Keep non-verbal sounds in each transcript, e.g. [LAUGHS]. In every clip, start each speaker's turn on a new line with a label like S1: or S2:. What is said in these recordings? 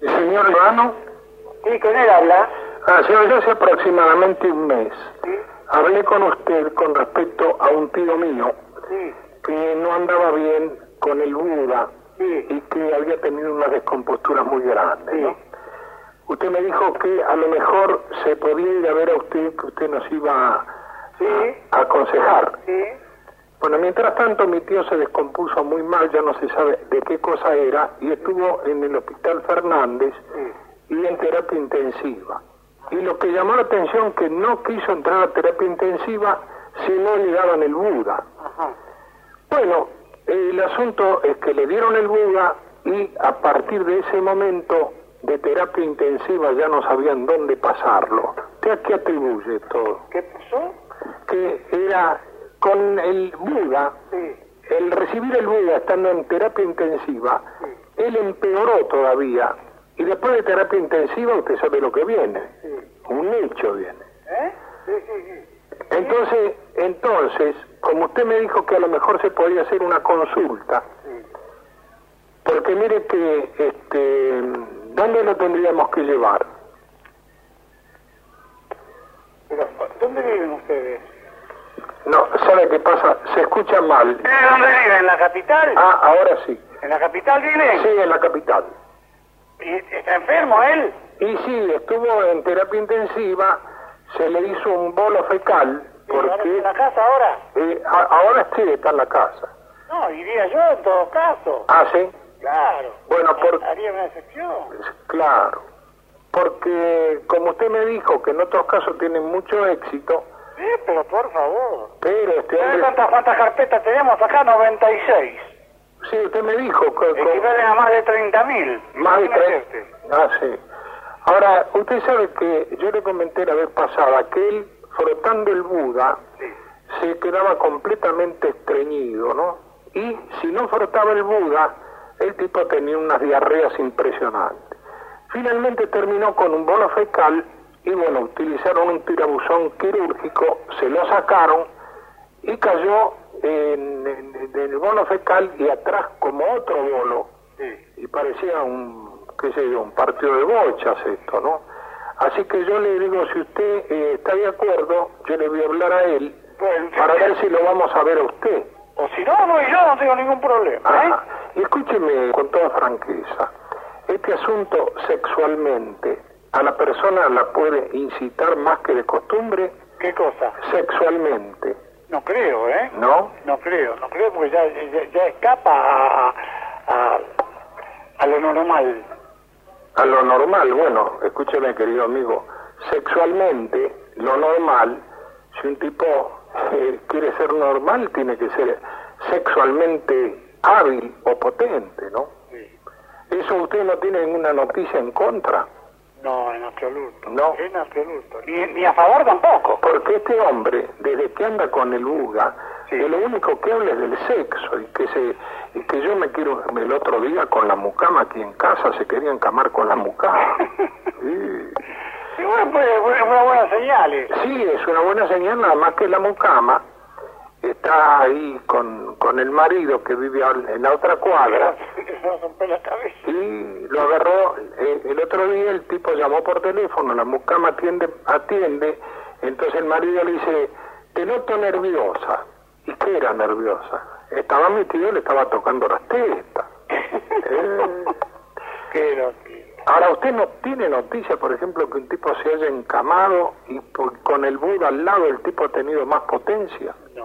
S1: señor Lozano?
S2: Sí, con él habla.
S1: Ah, señor, yo hace aproximadamente un mes hablé con usted con respecto a un tío mío
S2: Sí,
S1: que no andaba bien con el Buda
S2: sí,
S1: y que había tenido unas descomposturas muy grandes.
S2: sí.
S1: ¿no? Usted me dijo que a lo mejor se podía ir a ver a usted, que usted nos iba a-
S2: Sí.
S1: a aconsejar.
S2: Sí,
S1: Bueno, mientras tanto mi tío se descompuso muy mal, ya no se sabe de qué cosa era, y estuvo en el hospital Fernández y en terapia intensiva. Y lo que llamó la atención que no quiso entrar a terapia intensiva si no le daban el Buda.
S2: ajá.
S1: Bueno, eh, el asunto es que le dieron el Buda y a partir de ese momento de terapia intensiva ya no sabían dónde pasarlo. ¿Usted a qué atribuye todo?
S2: ¿Qué pasó?
S1: Que era con el Buda
S2: Sí,
S1: el recibir el Buda estando en terapia intensiva, él empeoró todavía. Y después de terapia intensiva, usted sabe lo que viene. Un nicho viene.
S2: ¿eh? Sí, sí, sí.
S1: Entonces, entonces, como usted me dijo que a lo mejor se podía hacer una consulta, porque mire que, este, ¿dónde lo tendríamos que llevar?
S2: Pero, ¿dónde viven ustedes?
S1: No, ¿sabe qué pasa? Se escucha mal.
S2: ¿Ustedes dónde viven? ¿En la capital?
S1: Ah, ahora sí.
S2: ¿En la capital viven?
S1: Sí, en la capital.
S2: ¿Y está enfermo él?
S1: Y sí, estuvo en terapia intensiva, se le hizo un bolo fecal,
S2: ¿En
S1: porque
S2: la casa ahora?
S1: eh, a- ahora sí está en la casa.
S2: No, iría yo en todo caso.
S1: Ah, sí,
S2: Claro.
S1: Bueno, por-
S2: Haría una excepción.
S1: es- claro. Porque como usted me dijo que en otros casos tienen mucho éxito,
S2: Sí, pero por favor.
S1: pero este
S2: ¿Sabes
S1: hombre...
S2: cuántas, cuántas carpetas tenemos acá? 96.
S1: Sí, usted me dijo que... con-
S2: Equivalen a más de 30.000.
S1: más de tres-
S2: Imagínate.
S1: Ah, sí. Ahora, usted sabe que yo le comenté la vez pasada que él, frotando el Buda,
S2: Sí.
S1: se quedaba completamente estreñido, ¿no? Y si no frotaba el Buda, el tipo tenía unas diarreas impresionantes. Finalmente terminó con un bolo fecal y bueno, utilizaron un tirabuzón quirúrgico, se lo sacaron y cayó en, en- en el bolo fecal y atrás como otro bolo
S2: Sí.
S1: y parecía un, qué sé yo, un partido de bochas esto, ¿no? Así que yo le digo, si usted eh, está de acuerdo, yo le voy a hablar a él
S2: Bueno,
S1: para ver si lo vamos a ver a usted.
S2: Pues, O si no, no, y yo no tengo ningún problema. ¿eh?
S1: Ah, y escúcheme con toda franqueza, este asunto sexualmente a la persona la puede incitar más que de costumbre
S2: ¿Qué cosa?
S1: sexualmente,
S2: No creo, ¿eh?
S1: ¿no?
S2: No creo, no creo porque ya, ya, ya escapa a, a, a lo normal.
S1: A lo normal, bueno, escúcheme querido amigo, sexualmente, lo normal, si un tipo eh, quiere ser normal, tiene que ser sexualmente hábil o potente, ¿no?
S2: Sí.
S1: Eso usted no tiene ninguna noticia en contra,
S2: No, en absoluto.
S1: No.
S2: En absoluto. Ni, ni a favor tampoco. [LAUGHS]
S1: porque este hombre, desde que anda con el Buga,
S2: Sí.
S1: que lo único que habla es del sexo y que se y que yo me quiero el otro día con la mucama aquí en casa se querían camar con la
S2: [LAUGHS]
S1: mucama. Sí.
S2: Sí, bueno, pues es una buena señal. eh.
S1: Sí, es una buena señal, nada más que la mucama está ahí con, con el marido que vive al- en la otra
S2: [LAUGHS]
S1: cuadra
S2: Se nos rompe la cabeza.
S1: y lo agarró eh, el otro día el tipo llamó por teléfono, la mucama atiende, atiende, entonces el marido le dice, te noto nerviosa. ¿Y qué era nerviosa? Estaba metido, le estaba tocando las tetas.
S2: [LAUGHS]
S1: Eh,
S2: Qué lástima.
S1: Ahora, ¿usted no tiene noticia, por ejemplo, que un tipo se haya encamado y por- con el Buda al lado el tipo ha tenido más potencia?
S2: No,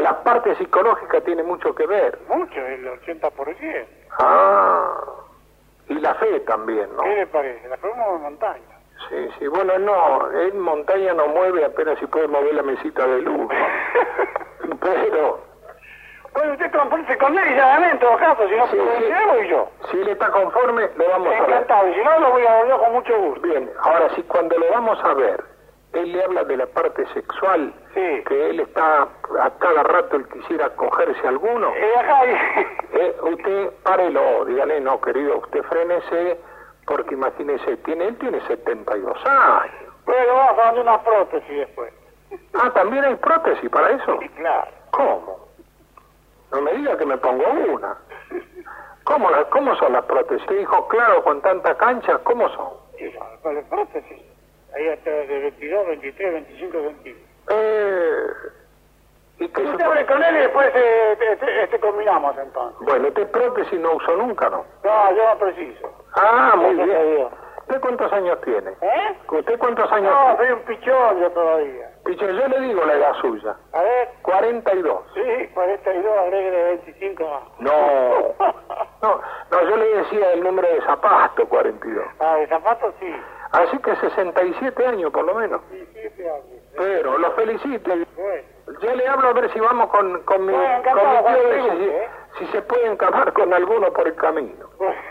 S1: La parte psicológica tiene mucho que ver.
S2: Mucho, el 80%.
S1: Ah. Y la fe también, ¿no?
S2: ¿Qué le parece? La forma de montaña.
S1: Sí, sí, bueno, no, en montaña no mueve apenas si puede mover la mesita de luz. ¿no? Pero
S2: bueno, usted comparte con él y ya gané en todo caso, si no
S1: Sí,
S2: puedo
S1: sí.
S2: decir algo y yo.
S1: si él está conforme, lo vamos a ver.
S2: Encantado, y si no lo voy a volver con mucho gusto.
S1: Bien, ahora si cuando lo vamos a ver, él le habla de la parte sexual,
S2: Sí.
S1: que él está a cada rato, él quisiera cogerse alguno.
S2: Eh, ajá, [LAUGHS] y-
S1: Eh, usted párelo, dígale, no, querido, usted frénese, porque imagínese, tiene, él tiene 72 años.
S2: bueno, vamos a hacer una prótesis después.
S1: Ah, también hay prótesis para eso.
S2: Sí, claro.
S1: ¿Cómo? No me diga que me pongo una. ¿Cómo, la- cómo son las prótesis? Te dijo, claro, con tanta cancha, ¿cómo son?
S2: Sí, con la prótesis. Ahí hasta de 22, 23, 25 centímetros.
S1: Eh, ¿Y qué se
S2: Usted
S1: puede-
S2: hable con él y después eh, te- te- te combinamos entonces.
S1: Bueno, te prótesis no uso nunca, ¿no?
S2: No, yo no preciso.
S1: Ah, muy
S2: Gracias a
S1: bien.
S2: Dios.
S1: ¿Usted cuántos años tiene?
S2: ¿Eh?
S1: ¿Usted cuántos años
S2: No,
S1: tiene?
S2: soy un pichón yo todavía.
S1: Piche, yo le digo la edad suya.
S2: A ver,
S1: 42.
S2: sí, 42, agregue 25 más.
S1: No. No, no, yo le decía el número de zapato, 42.
S2: [LAUGHS] ah, de zapatos sí.
S1: Así que 67 años por lo menos.
S2: 17 años.
S1: Pero lo felicito.
S2: Bueno.
S1: Yo le hablo a ver si vamos con, con mi,
S2: Bueno, encantado,
S1: con mi tío,
S2: Juan,
S1: si,
S2: ¿eh?
S1: si se puede encamar con alguno por el camino.
S2: bueno.